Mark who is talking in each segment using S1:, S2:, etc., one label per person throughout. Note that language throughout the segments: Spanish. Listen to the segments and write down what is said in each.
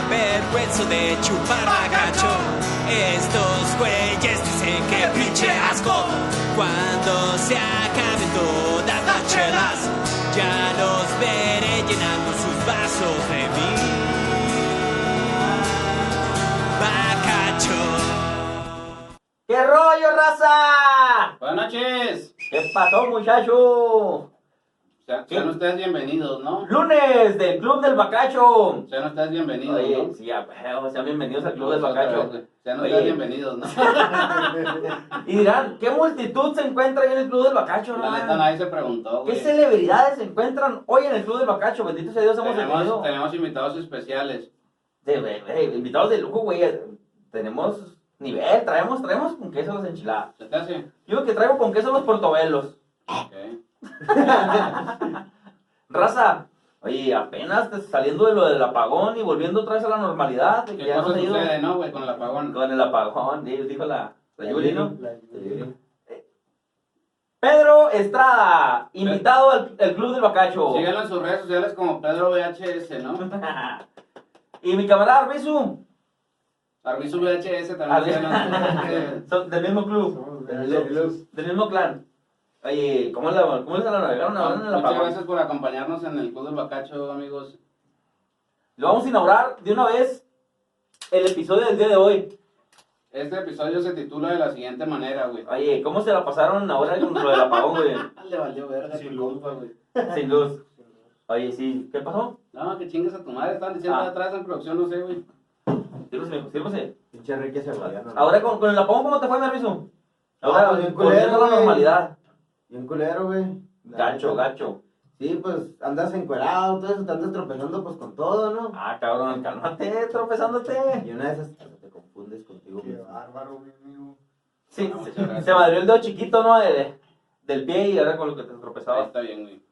S1: avergüenzo de chupar a gacho. Estos güeyes dicen que pinche asco. Cuando se acaben todas las chelas, ya los veré llenando sus vasos de mí. Bacacho.
S2: ¡Qué rollo, raza!
S3: Buenas noches.
S2: ¿Qué pasó, muchacho?
S3: Sean, sean ustedes bienvenidos, ¿no?
S2: Lunes del Club del Bacacho.
S3: Sean ustedes bienvenidos,
S2: Oye,
S3: ¿no?
S2: sí, a huevo, sean bienvenidos al Club del
S3: Otra
S2: Bacacho.
S3: vez, Sean
S2: Oye.
S3: ustedes bienvenidos, ¿no?
S2: Y dirán, ¿qué multitud se encuentra ahí en el Club del Bacacho?
S3: La
S2: no?
S3: neta nadie se preguntó,
S2: ¿Qué
S3: güey.
S2: celebridades se encuentran hoy en el Club del Bacacho? Bendito sea Dios, hemos tenido
S3: Tenemos, tenemos invitados especiales.
S2: de- de- de- invitados de lujo, güey. Tenemos nivel, traemos, traemos con queso las enchiladas.
S3: ¿Se te hace?
S2: Yo que traigo con queso los portobelos.
S3: Ok.
S2: Raza, oye, apenas te- saliendo de lo del apagón y volviendo otra vez a la normalidad, de que
S3: ¿Qué
S2: ya
S3: cosa
S2: hemos ido
S3: sucede, no, güey, con el apagón?
S2: con el apagón, di- dijo la, la Yuli, ¿no? La Yuli.
S4: Yo
S2: Pedro Estrada, invitado al al Club del Bacacho.
S3: Síguelo en sus redes sociales como Pedro VHS, ¿no?
S2: y mi camarada Rizu,
S3: Arbizu VHS
S2: Ah,
S3: también. síguelo en sus redes.
S2: son del mismo club, del mismo clan. Oye, ¿cómo, la, cómo se la navegaron ahora en el
S3: Muchas
S2: apagón?
S3: gracias por acompañarnos en el Club del Bacacho, amigos.
S2: Lo vamos a inaugurar de una vez el episodio del día de hoy.
S3: Este episodio se titula de la siguiente manera, güey.
S2: Oye, ¿cómo se la pasaron ahora con lo del apagón, güey?
S3: Le valió verga
S4: Sin
S3: tu
S4: luz.
S3: compa, güey.
S2: Sin luz. Oye, sí, ¿qué pasó?
S3: No, que chingues a tu madre, están diciendo
S2: Ah.
S3: de atrás en producción, no sé, güey.
S2: Sírvase, mijo, sírvase.
S4: Pinche Ricky se guardián.
S2: Ahora con, con el apagón, ¿cómo te fue, Narviso? Ahora,
S4: Ah, pues, bien
S2: volviendo a
S4: culero,
S2: la
S4: güey.
S2: normalidad.
S4: Bien culero, güey.
S2: Gacho, gacho.
S4: Sí, pues andas encuerado, todo eso, te andas tropezando pues con todo, ¿no?
S2: Ah, cabrón, cálmate, tropezándote.
S4: Y una de esas hasta te confundes contigo
S5: Qué
S4: mismo.
S5: bárbaro, mi amigo.
S2: Sí,
S3: Ah, muchas
S2: se,
S3: gracias.
S2: se madrió el dedo chiquito, ¿no? De- del pie y ahora con lo que te
S3: Ahí
S2: tropezabas.
S3: está bien, güey.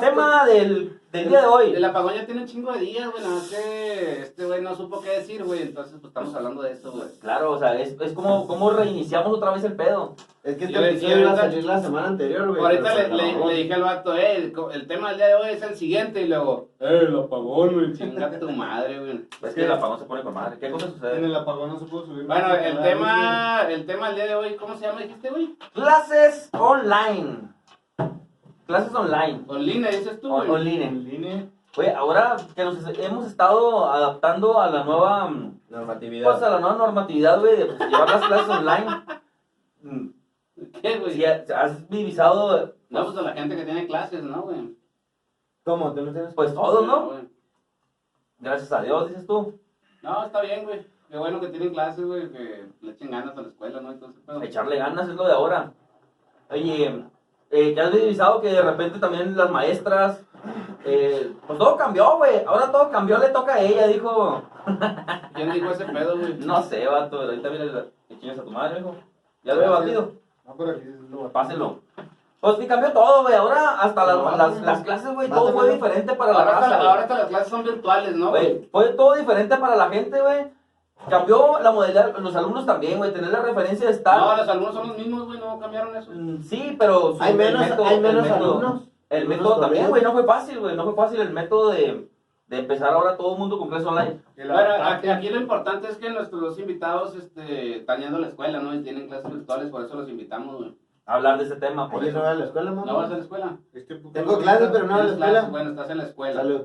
S2: Tema del, del día de hoy.
S3: El apagón ya tiene un chingo de días, güey. Nada más que este güey no supo qué decir, güey. Entonces, pues estamos hablando de eso, güey.
S2: Claro, o sea, es, es como, como reiniciamos otra vez el pedo.
S4: Es
S3: Yo
S4: que este
S3: le-
S4: episodio
S3: yo
S4: iba a
S3: ahorita-
S4: salir la semana anterior, güey.
S3: Ahorita
S4: pero se
S3: le, le-
S4: acabó.
S3: le dije al vato, eh, el, co- el tema del día de hoy es el siguiente. Y luego, eh, el apagón, güey. Chinga tu madre, güey.
S2: Es que el apagón se pone con madre. ¿Qué cosa
S5: En
S2: sucede?
S5: el apagón no se pudo subir.
S3: Bueno,
S5: más
S3: el
S5: nada,
S3: tema, el tema del día de hoy, ¿cómo se llama, dijiste, güey?
S2: Clases online. Clases online.
S3: Online, dices tú,
S2: O-
S3: güey.
S5: güey.
S2: online.
S5: En línea.
S2: Oye, ahora que nos hemos estado adaptando a la nueva, mm, pues, a
S4: Normatividad.
S2: la nueva normatividad, güey, de pues, llevar las clases online. Mm,
S3: ¿Qué, güey?
S2: Si ha- has divisado,
S3: No, pues a la gente que tiene clases, ¿no, güey?
S4: ¿Cómo? ¿Tú no tienes?
S2: pues todo,
S3: Sí,
S2: ¿no?
S3: güey.
S2: Gracias a Dios, dices tú.
S3: No, está bien, güey. Qué bueno que tienen clases, güey. Que le echen ganas a la escuela, ¿no? Entonces, pero...
S2: Echarle ganas es lo de ahora. Oye, eh, que has divisado que de repente también las maestras, eh, pues todo cambió, güey. Ahora todo cambió, le toca a ella, dijo.
S3: ¿Quién dijo ese pedo, güey?
S2: No sé, vato, pero ahorita viene el el chingas a tu madre, hijo. Ya lo he
S5: Gracias.
S2: batido.
S5: No, por aquí es lo
S2: Páselo. Pues sí, cambió todo, güey. Ahora hasta las,
S5: No,
S2: las,
S5: no.
S2: las clases, güey, todo
S4: Mátamelo.
S2: fue diferente para la
S3: Ahora hasta,
S2: raza.
S3: la-
S2: güey.
S3: ahora hasta las clases son virtuales, ¿no? güey?
S2: Güey, fue todo diferente para la gente, güey. Cambió la modalidad, los alumnos también, güey. Tener la referencia de
S3: No,
S2: estar.
S3: los alumnos son los mismos, güey, no cambiaron eso.
S2: Mm, Sí, pero. su-
S4: Hay
S2: el
S4: menos,
S2: método-
S4: hay
S2: el
S4: menos
S2: método-
S4: alumnos.
S2: El
S4: Alumnos
S2: método también,
S4: corriendo.
S2: güey. No fue fácil, güey. No fue fácil el método de, de empezar ahora todo el mundo con clases online.
S5: El
S3: Bueno, aquí,
S5: adaptarte.
S3: aquí lo importante es que nuestros dos invitados este, están yendo a la escuela, ¿no? Y tienen clases virtuales, por eso los invitamos, güey.
S2: Hablar de ese tema, por
S4: Oye,
S2: eso.
S4: no voy a la escuela,
S3: ¿No vas a
S4: mamá.
S3: Ah, la escuela?
S5: Este puto
S4: Tengo clases, pero no a la
S3: ¿Tienes clases?
S4: escuela.
S3: Bueno, estás en la escuela.
S4: Salud.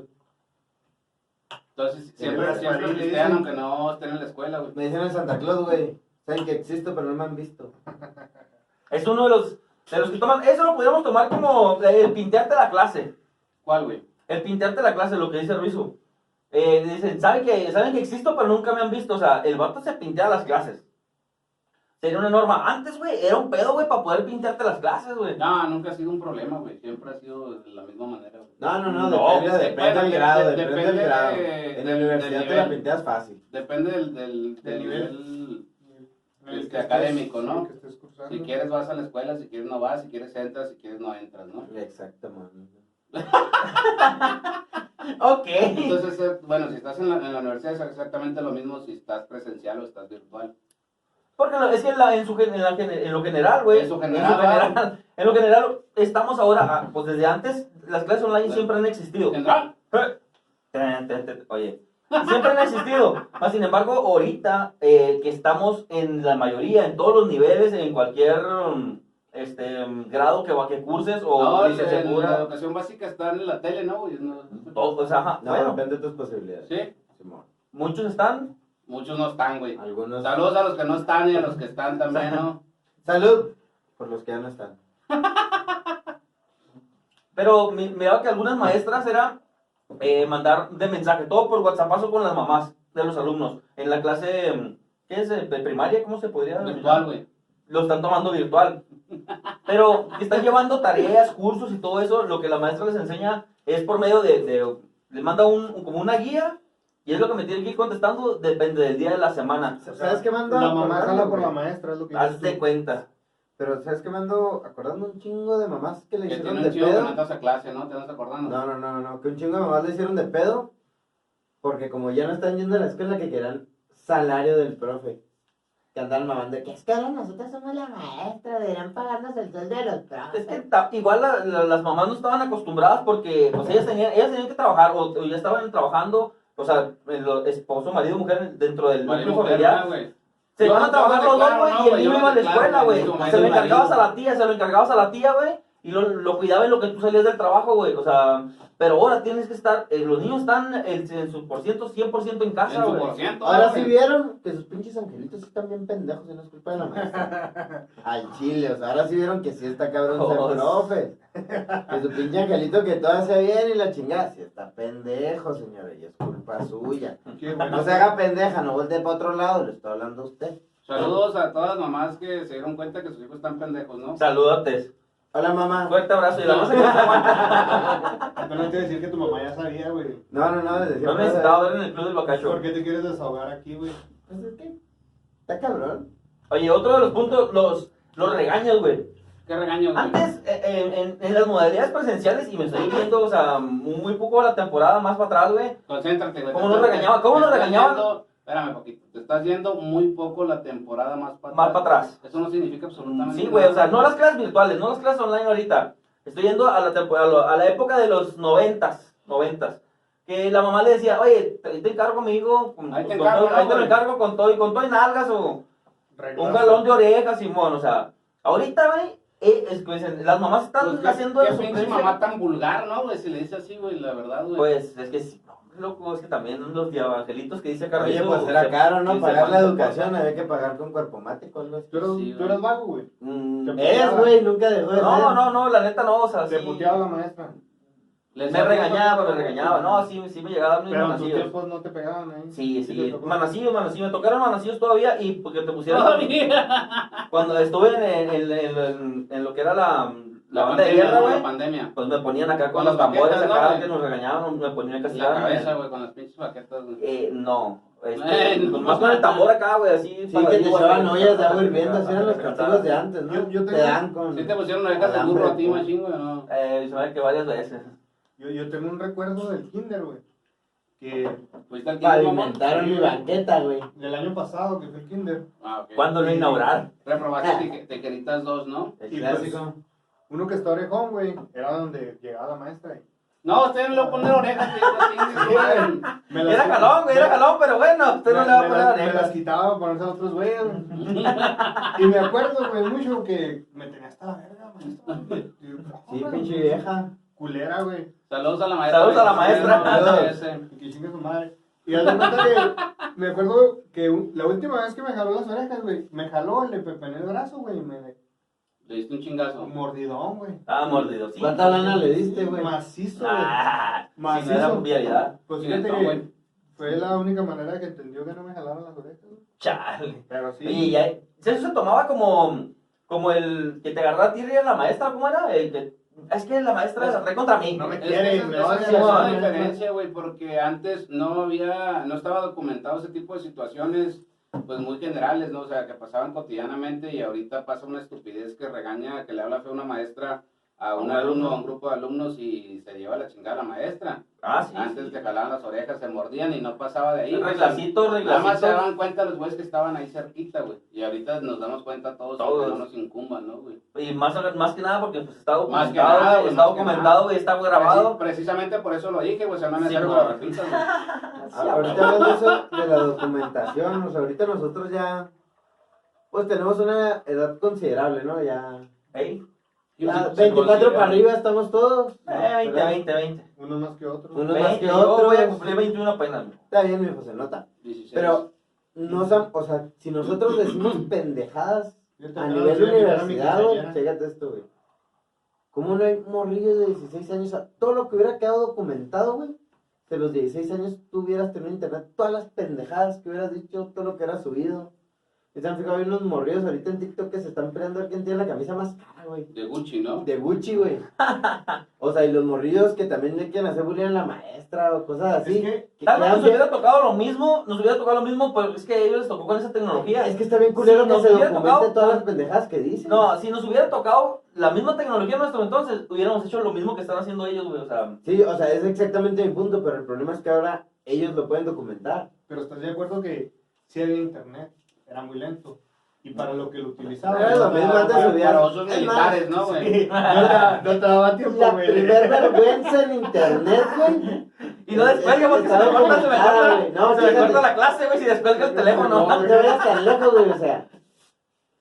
S3: Entonces,
S5: Pero
S3: siempre,
S5: la
S3: siempre
S5: escuela,
S3: pistean,
S5: sí.
S3: aunque no estén en la escuela, güey.
S4: Me dicen en Santa Claus, güey. Saben que existo, pero no me han visto.
S2: Es uno de los, de los que toman. Eso lo podríamos tomar como eh, el pintearte la clase.
S3: ¿Cuál, güey?
S2: El pintearte la clase, lo que dice Ruizu. Eh, dicen, ¿saben que, saben que existo, pero nunca me han visto. O sea, el vato se pintea las clases. Sería una norma. Antes, güey, era un pedo, güey, para poder pintearte las clases, güey.
S3: No, nunca ha sido un problema, güey. Siempre ha sido de la misma manera, güey.
S4: No, no, no,
S2: No,
S4: depende,
S3: pues,
S4: depende
S3: bueno,
S4: del
S3: de-
S4: grado,
S3: de-
S4: depende,
S3: depende
S4: del grado.
S3: de-
S4: en la
S3: del
S4: universidad te
S3: nivel.
S4: la pinteas fácil.
S3: Depende del, del, del
S5: Del
S3: nivel.
S5: El
S3: este,
S5: que estés-
S3: académico, ¿no?
S5: el que estés cursando.
S3: Si quieres vas a la escuela, si quieres no vas, si quieres entras, si quieres no entras, ¿no?
S4: Exactamente.
S2: Ok.
S3: Entonces, eh, bueno, si estás en la, en la universidad es exactamente lo mismo si estás presencial o estás virtual.
S2: Porque lo- es que en, la- en su gen- en la gen- en lo general, güey.
S3: En su
S2: En,
S3: general,
S2: general, en lo general, estamos ahora, ah,
S4: Ah,
S2: pues desde antes, las clases online siempre han existido.
S3: General.
S2: Ten, ten, ten. Oye, Siempre han existido. Mas, sin embargo, ahorita eh, que estamos en la mayoría, en todos los niveles, en cualquier mm, este, mm, grado que, va- que curses o
S3: No, el- la
S2: licenciatura,
S3: educación básica está en la tele, ¿no? güey? No.
S2: todo, pues, ajá,
S4: No,
S2: bueno,
S4: depende de tus posibilidades.
S3: Sí,
S4: Simón.
S2: muchos están.
S3: muchos no están, güey.
S4: Algunos.
S3: Saludos a los que no están y a los que están también, ¿no?
S4: Salud. Por los que ya no están.
S2: Pero mi- miraba que algunas maestras era eh, mandar de mensaje, todo por WhatsAppazo con las mamás de los alumnos. En la clase, mm, ¿qué es? eh, ¿De primaria? ¿Cómo se podría denominar?
S3: Virtual, güey.
S2: lo están tomando virtual. Pero están llevando tareas, cursos y todo eso. Lo que la maestra les enseña es por medio de. de- le manda un, un- como una guía y es lo que me tienen que ir contestando. Depende del día de la semana.
S4: ¿Sabes qué mando?
S5: La mamá
S4: acordando,
S5: jala por
S4: güey?
S5: la maestra, es lo que
S2: Haz de
S5: dices tú.
S2: cuenta.
S4: Pero ¿sabes qué mando? Acordando un chingo de mamás que le
S3: Que
S4: hicieron
S3: tiene
S4: de
S3: un chido que
S4: pedo.
S3: no estás a clase, ¿no? Te vas acordando.
S4: No, no, no, no, que un chingo de mamás le hicieron de pedo porque como ya no están yendo a la escuela que querían salario del profe. Que andan mamando, que es que ahora nosotros somos la maestra, deberían pagarnos el sueldo de los
S2: Es que
S4: profes.
S2: ta- igual la- la- las mamás no estaban acostumbradas porque pues, ellas, tenían, ellas tenían que trabajar o, o ya estaban trabajando. O sea, el lo- esposo, marido, mujer dentro del
S3: Vale,
S2: núcleo
S3: mujer,
S2: familiar.
S5: ah,
S3: ¿no, güey?
S2: Se
S3: Yo
S2: iban a
S3: no
S2: trabajar
S3: tengo
S2: los dos,
S3: claro,
S2: güey,
S3: no,
S2: y el
S3: güey, yo
S2: niño
S3: no
S2: iba a la
S3: tengo claro,
S2: escuela, güey.
S3: tu
S2: Se
S3: maestro
S2: lo encargabas a
S3: marido.
S2: la tía, se lo encargabas a la tía, güey. Y lo, lo cuidaba en lo que tú salías del trabajo, güey. O sea, pero ahora tienes que estar, eh, los niños están el- en su por ciento, 100% en
S3: En
S2: casa,
S3: su
S2: güey.
S3: por ciento.
S4: Ah, Ahora
S3: güey.
S4: sí vieron que sus pinches angelitos sí están bien pendejos y no es culpa de la maestra. Al chile, o sea, ahora sí vieron que sí está cabrón ser
S2: Oh,
S4: profe. Que su pinche angelito que todo hace bien y la chingada, sí está pendejo, señora, y es culpa suya.
S5: Qué bueno.
S4: No se haga pendeja, no voltee para otro lado, le está hablando a usted.
S3: Saludos a todas las mamás que se dieron cuenta que sus hijos están pendejos, ¿no?
S2: Saludotes.
S4: Hola mamá.
S2: Fuerte abrazo y la cosa que no se aguanta.
S5: Pero no te iba a decir que tu mamá ya sabía, güey.
S4: No, no, no, desde
S2: No necesitaba ver en el club del bacacho.
S5: ¿Por qué te quieres desahogar aquí, güey?
S4: Pues es que está cabrón.
S2: Oye, otro de los puntos, los, los regaños, güey.
S3: Qué regaño, güey.
S2: Antes, eh, en, en- en las modalidades presenciales, y me estoy viendo, o sea, muy poco la temporada más para atrás, güey.
S3: Concéntrate, güey.
S2: ¿Cómo
S3: Te
S2: nos
S3: estás-
S2: regañaba? ¿Cómo
S3: te
S2: nos
S3: estás
S2: regañaban?
S3: yendo- Espérame poquito. Te estás yendo muy poco la temporada más para
S2: Más para atrás.
S3: Eso no significa absolutamente
S2: Sí, güey, o sea, no las clases virtuales, no las clases online ahorita. Estoy yendo a la, tempo- a lo- a la época de los noventas, noventas. Que la mamá le decía, oye, te- ahí te encargo, mi hijo, con,
S3: Ahí te
S2: con
S3: encargo,
S2: todo- ahí te lo
S3: güey.
S2: encargo con todo, y con todo y nalgas o un
S5: Reglas.
S2: galón de orejas, Simón, o sea. Ahorita, güey, eh, es que dicen, las mamás están
S3: Pues, qué-
S2: haciendo
S3: qué
S2: de su
S3: pinche
S2: creencia.
S3: mamá tan vulgar, ¿no, güey? Si le dice así, güey, la verdad, güey.
S2: Pues, es que sí, no, loco, es que también los diabangelitos que dice Carlos.
S4: Oye, pues era caro, ¿no?
S2: se
S4: Pagar la
S2: manda,
S4: educación, había que pagar con cuerpo mate, con los...
S5: Tú eras,
S3: Sí,
S5: tú eras vago, güey.
S2: Mm,
S5: Te
S2: eh,
S4: Es, güey, nunca dejó de ser.
S2: no, no, no, la neta no, o sea,
S5: Te
S2: sí.
S5: puteaba la maestra.
S3: Le
S2: Me
S3: decía,
S2: regañaba, me regañaba. No, sí, sí me llegaba a dar mis
S5: Pero en tus
S2: manacillos.
S5: tiempos no te pegaban ahí.
S2: Sí,
S5: te
S2: sí.
S5: tocó.
S2: Manacillos, manacillos. Me tocaron manacillos todavía y porque te pusieron.
S3: Todavía.
S2: Cuando estuve en, en- en- en- en lo que era la, la
S3: La
S2: banda de
S3: pandemia,
S2: guerra,
S3: ¿no? la
S2: güey.
S3: pandemia.
S2: Pues me ponían acá con
S3: Con
S2: los
S3: las
S2: tambores
S3: baquetas,
S2: acá
S3: ¿no,
S2: que nos regañaban, me ponían a
S3: La cabeza,
S2: castigar.
S3: güey, con las pinches baquetas, güey.
S2: Eh, no. Este,
S3: Eh, no.
S2: pues más con el tambor acá, güey, así.
S4: Sí,
S2: para
S4: que te
S2: arriba,
S4: llevaban
S2: así.
S4: ollas de agua hirviendo, así eran los castigos de antes, ¿no?
S5: Yo- yo
S4: te
S5: tengo-
S4: dan con...
S3: Sí te pusieron orejas de burro a ti, machín, güey, ¿no?
S2: Eh, se me que varias veces.
S5: Yo, yo tengo un recuerdo del kinder, güey. Que
S3: ¿Fuiste al kinder, mamá?
S4: Pavimentaron mi banqueta, güey.
S5: del año pasado que fue el kinder.
S3: Ah, ok.
S2: ¿Cuándo lo inauguraron? Ah.
S3: Reprobaste te- Tequeritas 2, ¿no?
S4: El
S5: Y pues,
S4: clásico.
S5: Uno que está orejón, güey. Era donde llegaba la maestra. y-
S3: No, usted no le va a poner orejas, güey.
S5: Me las-
S2: Era calón, güey, era calón, pero bueno, usted no
S5: me-
S2: le va a
S5: me
S2: poner
S5: las- Me
S2: orejas.
S5: las quitaba para ponerse a otros güeyes. güey. Y me acuerdo, güey, mucho que me tenía hasta la verga, maestra. güey. Y-
S4: Sí,
S5: güey,
S4: pinche vieja.
S5: Culera, güey.
S3: Saludos a la maestra.
S2: Saludos a la
S3: que
S2: maestra.
S3: no me
S4: Saludos.
S3: ese.
S5: Y que chingue su madre. Y haz de cuenta que me acuerdo que un- la última vez que me jaló las orejas, güey, me jaló, le pepené el brazo, güey, y me
S3: Le diste un chingazo.
S5: un mordidón, güey.
S2: Ah, mordido, sí.
S4: ¿Cuánta lana le diste, güey?
S5: Macizo, güey.
S2: Ah, si
S5: Macizo.
S2: no era vialidad.
S5: Pues
S3: Sí,
S5: fíjate
S3: no,
S5: que
S3: güey.
S5: fue la única manera que entendió que no me jalaron las orejas, güey.
S2: Chale.
S5: Pero sí.
S2: Y ya, eso se tomaba como, como el que te agarraba a ti a la maestra, ¿cómo era? El que, es que la maestra se re contra mí.
S5: No me
S3: Es que
S5: quiere,
S3: esa-
S5: me
S3: esa-
S5: va a
S3: esa
S5: decir,
S3: es la
S5: "Ah,
S3: diferencia, güey, porque antes no había, no estaba documentado ese tipo de situaciones, pues muy generales, ¿no? O sea, que pasaban cotidianamente y ahorita pasa una estupidez que regaña, que le habla feo a una maestra a
S2: Un
S3: un alumno,
S2: alumno.
S3: a un grupo de alumnos y se lleva la chingada la maestra.
S2: Ah, sí.
S3: Antes le jalaban las orejas, se mordían y no pasaba de ahí. güey.
S2: Reglacito,
S3: Nada más se
S2: reglacito.
S3: daban cuenta los güeyes que estaban ahí cerquita, güey. Y ahorita nos damos cuenta todos,
S2: Todos.
S3: que no nos incumban, ¿no, güey?
S2: Y más, más que nada porque pues, está
S3: Más que
S2: documentado,
S3: nada,
S2: está
S3: güey, más que nada.
S2: documentado, güey, está grabado.
S3: Preci- Precisamente por eso lo dije, güey. O sea, no es
S2: Sí,
S3: necesario
S2: no.
S3: que lo repitas, güey.
S4: A- Ahorita hablando de eso de la documentación, o sea, ahorita nosotros ya, pues tenemos una edad considerable, ¿no? Ya,
S2: Ey,
S4: ya
S2: se
S4: 24
S2: considera.
S4: para arriba estamos todos.
S2: eh, 20,
S4: ¿verdad?
S2: 20, 20.
S5: Uno más que otro.
S4: Uno más
S2: 20,
S4: que
S2: yo voy a
S4: otro.
S2: cumplir 21 apenas. mijo.
S4: Está bien, hijo, se nota.
S3: 16.
S4: Pero, no, sa- o sea, si nosotros decimos pendejadas
S5: Yo te
S4: a
S5: acabo
S4: nivel
S5: de liberar a mi
S4: universidad, güey,
S5: compañera.
S4: chécate esto, güey. ¿Cómo no hay morrillos de 16 años? O sea, todo lo que hubiera quedado documentado, güey, de los 16 años tú hubieras tenido internet, todas las pendejadas que hubieras dicho, todo lo que hubieras subido. Y se han fijado, hay unos morrillos ahorita en TikTok que se están peleando a ver quién tiene la camisa más cara, güey.
S3: De Gucci, ¿no?
S4: De Gucci, güey. O sea, y los morrillos que también le quieren hacer bullying a la maestra o cosas así.
S5: Es que-
S4: que
S2: Tal vez
S4: quedan
S2: nos
S4: bien-
S2: hubiera tocado lo mismo, nos hubiera tocado lo mismo, pero es que a ellos les tocó con esa tecnología.
S4: Es que está bien culero
S2: Sí,
S4: que
S2: nos
S4: se
S2: hubiera
S4: documente
S2: tocado-
S4: todas las pendejadas que dicen.
S2: No, si nos hubiera tocado la misma tecnología en nuestro entonces, hubiéramos hecho lo mismo que están haciendo ellos, güey. O sea,
S4: Sí, o sea, es exactamente mi punto, pero el problema es que ahora ellos lo pueden documentar.
S5: Pero estás de acuerdo que sí había internet, era muy lento. Y para lo que lo utilizaban.
S4: Era lo mismo antes
S5: no
S4: de
S5: te
S4: odiar.
S3: Para osos
S4: Es
S3: militares, ¿no,
S5: daba-
S3: güey?
S5: Sí, no te- no te daba tiempo,
S4: La
S5: güey.
S4: primer vergüenza en internet, güey.
S2: y
S4: Eh,
S2: no descuelga porque se me
S4: Estaba
S2: corta, se me
S4: documentada,
S2: corta,
S4: güey. No,
S2: se me
S4: fíjate.
S2: corta la clase, güey, si descuelga el teléfono.
S4: No, no te vayas tan lejos, güey, o sea.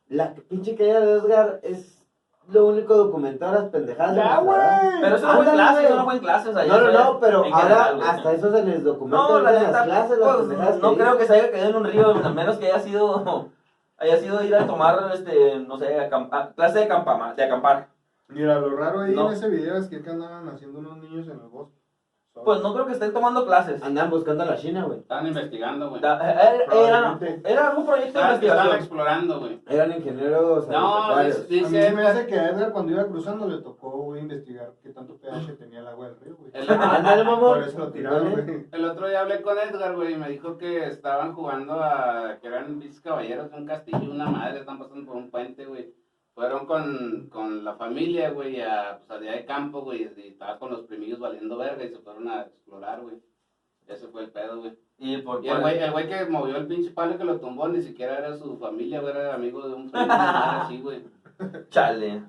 S4: La pinche caída de Oscar es lo único documentado de las pendejadas. de
S5: Ya,
S4: nuestra edad.
S5: güey.
S2: Pero eso no fue en
S4: Ándale,
S2: clases,
S4: güey.
S2: eso no fue en clases. ahí,
S4: No, no,
S2: o sea,
S4: no, pero
S2: en
S4: ahora
S2: general, güey.
S4: hasta eso se les documenta
S2: No, la
S4: en
S2: neta,
S4: las clases, las
S2: pues,
S4: pendejadas
S2: no creo
S4: dicen.
S2: que se haya caído en un río, a menos que haya sido, haya sido ir a tomar, este, no sé, acampa- clase de, campama, de acampar.
S5: Mira, lo raro ahí
S2: No.
S5: en ese video es que acá andaban haciendo unos niños en el bosque.
S2: Pues no creo que estén tomando clases.
S4: Andan buscando a la China, güey.
S3: Están investigando, güey.
S2: Da- Era, era,
S5: Probablemente.
S2: era algún proyecto de
S3: Están, están
S2: investigación.
S3: explorando, güey.
S4: Eran ingenieros
S3: No,
S4: agropecuarios.
S5: A mí
S3: dice
S5: se me hace que a Edgar cuando iba cruzando le tocó güey, investigar qué tanto pH tenía el agua del río, güey.
S3: el otro,
S4: Ándale, mamón.
S5: Por eso lo tiraron,
S4: Ándale.
S5: güey.
S3: el otro día hablé con Edgar, güey, y me dijo que estaban jugando a que eran mis caballeros de un castillo, una madre, están pasando por un puente, güey. Fueron con, con la familia, güey, a pues, al día de campo, güey, y estaba con los primillos valiendo verga y se fueron a explorar, güey. Ese fue el pedo, güey.
S2: Y por
S3: Y el güey, el güey que movió el pinche palo que lo tumbó ni siquiera era su familia, güey, era amigo de un primo, una madre así, güey.
S2: Chale.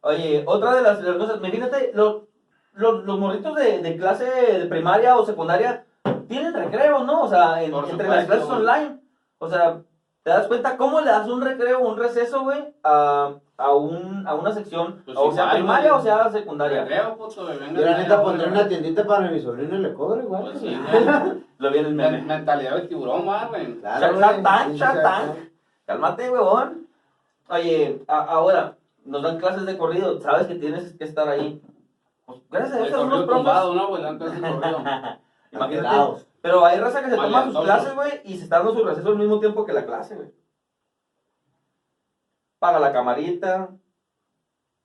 S2: Oye, otra de las, de las cosas, imagínate, lo- lo- los morritos de, de clase de primaria o secundaria tienen recreo, ¿no? O sea, en-
S3: Por
S2: entre
S3: supuesto,
S2: las clases
S3: güey.
S2: online. O sea, te das cuenta cómo le das un recreo, un receso, güey, a, a, un, a una sección,
S3: Pues
S2: o sea,
S3: igual,
S2: primaria
S3: güey.
S2: o sea, secundaria.
S3: Creo, puto, güey, venga.
S4: Yo la neta
S3: güey,
S4: pondré
S3: güey.
S4: una tiendita para mi sobrino y le cobro igual.
S3: Pues sí,
S4: güey.
S3: güey.
S2: Lo vi en el
S3: Men-
S2: meme.
S3: Mentalidad de tiburón, va, güey.
S2: Shark
S4: Claro, güey.
S2: Tank, Shark
S4: Sí, Shark
S2: Tank.
S4: Tank.
S2: Cálmate, huevón. Oye, a- ahora, nos dan clases de corrido, sabes que tienes que estar ahí. Pues, gracias a
S3: El
S2: Dios, algunos profes.
S3: corrido tumbado, ¿no, güey? Antes del corrido.
S2: Imagínate.
S4: Laos.
S2: Pero hay raza que se
S3: Vale,
S2: toma sus
S3: entonces.
S2: clases, güey, y se está dando su receso al mismo tiempo que la clase, güey. Paga la camarita,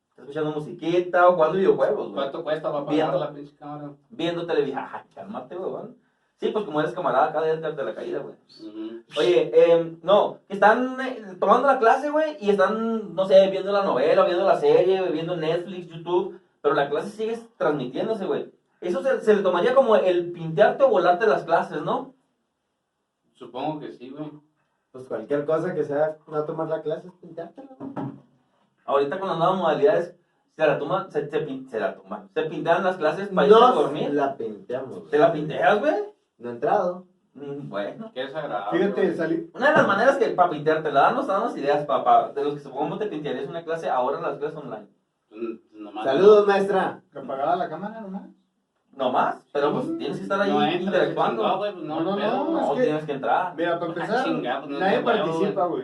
S2: está escuchando musiquita o jugando videojuegos, güey.
S3: ¿Cuánto cuesta para pagar
S2: Viendo.
S3: la pinche cámara?
S2: Viendo televisión. Ajá, cálmate, weón. Sí, pues como eres camarada acá de, de la caída, güey.
S3: Ujú.
S2: Oye, em, no, que están eh, tomando la clase, güey, y están, no sé, viendo la novela, viendo la serie, güey, viendo Netflix, YouTube, pero la clase sigue transmitiéndose, güey. Eso se, se le tomaría como el pintearte o volarte las clases, ¿no?
S3: Supongo que sí, güey.
S4: Pues cualquier cosa que sea no tomar la clase, pintártela.
S2: Ahorita con las nuevas modalidades, se la toman, se, se, pin- se la toman. Se pintean las clases para irse a
S4: Nos
S2: dormir.
S4: la pinteamos. güey.
S2: ¿Te la pinteas, güey?
S4: No he entrado.
S2: Mm, Bueno.
S3: Qué desagradable.
S5: Fíjate,
S3: güey.
S5: salí.
S2: Una de las maneras que para pintearte, la dan nos dan unas ideas, papá, de los que supongo te pintearías una clase ahora en las clases online.
S3: Mm, nomás
S4: Saludos, maestra.
S5: ¿Lo apagaba la cámara nomás?
S2: No más, pero pues tienes que estar ahí
S3: No entra,
S2: interactuando.
S3: No, güey, pues no,
S5: No, no,
S3: pedo,
S5: no.
S2: No,
S5: Es que-
S2: tienes que entrar.
S5: Mira, para empezar,
S3: chingado, no
S5: nadie
S3: te veo,
S5: participa, güey.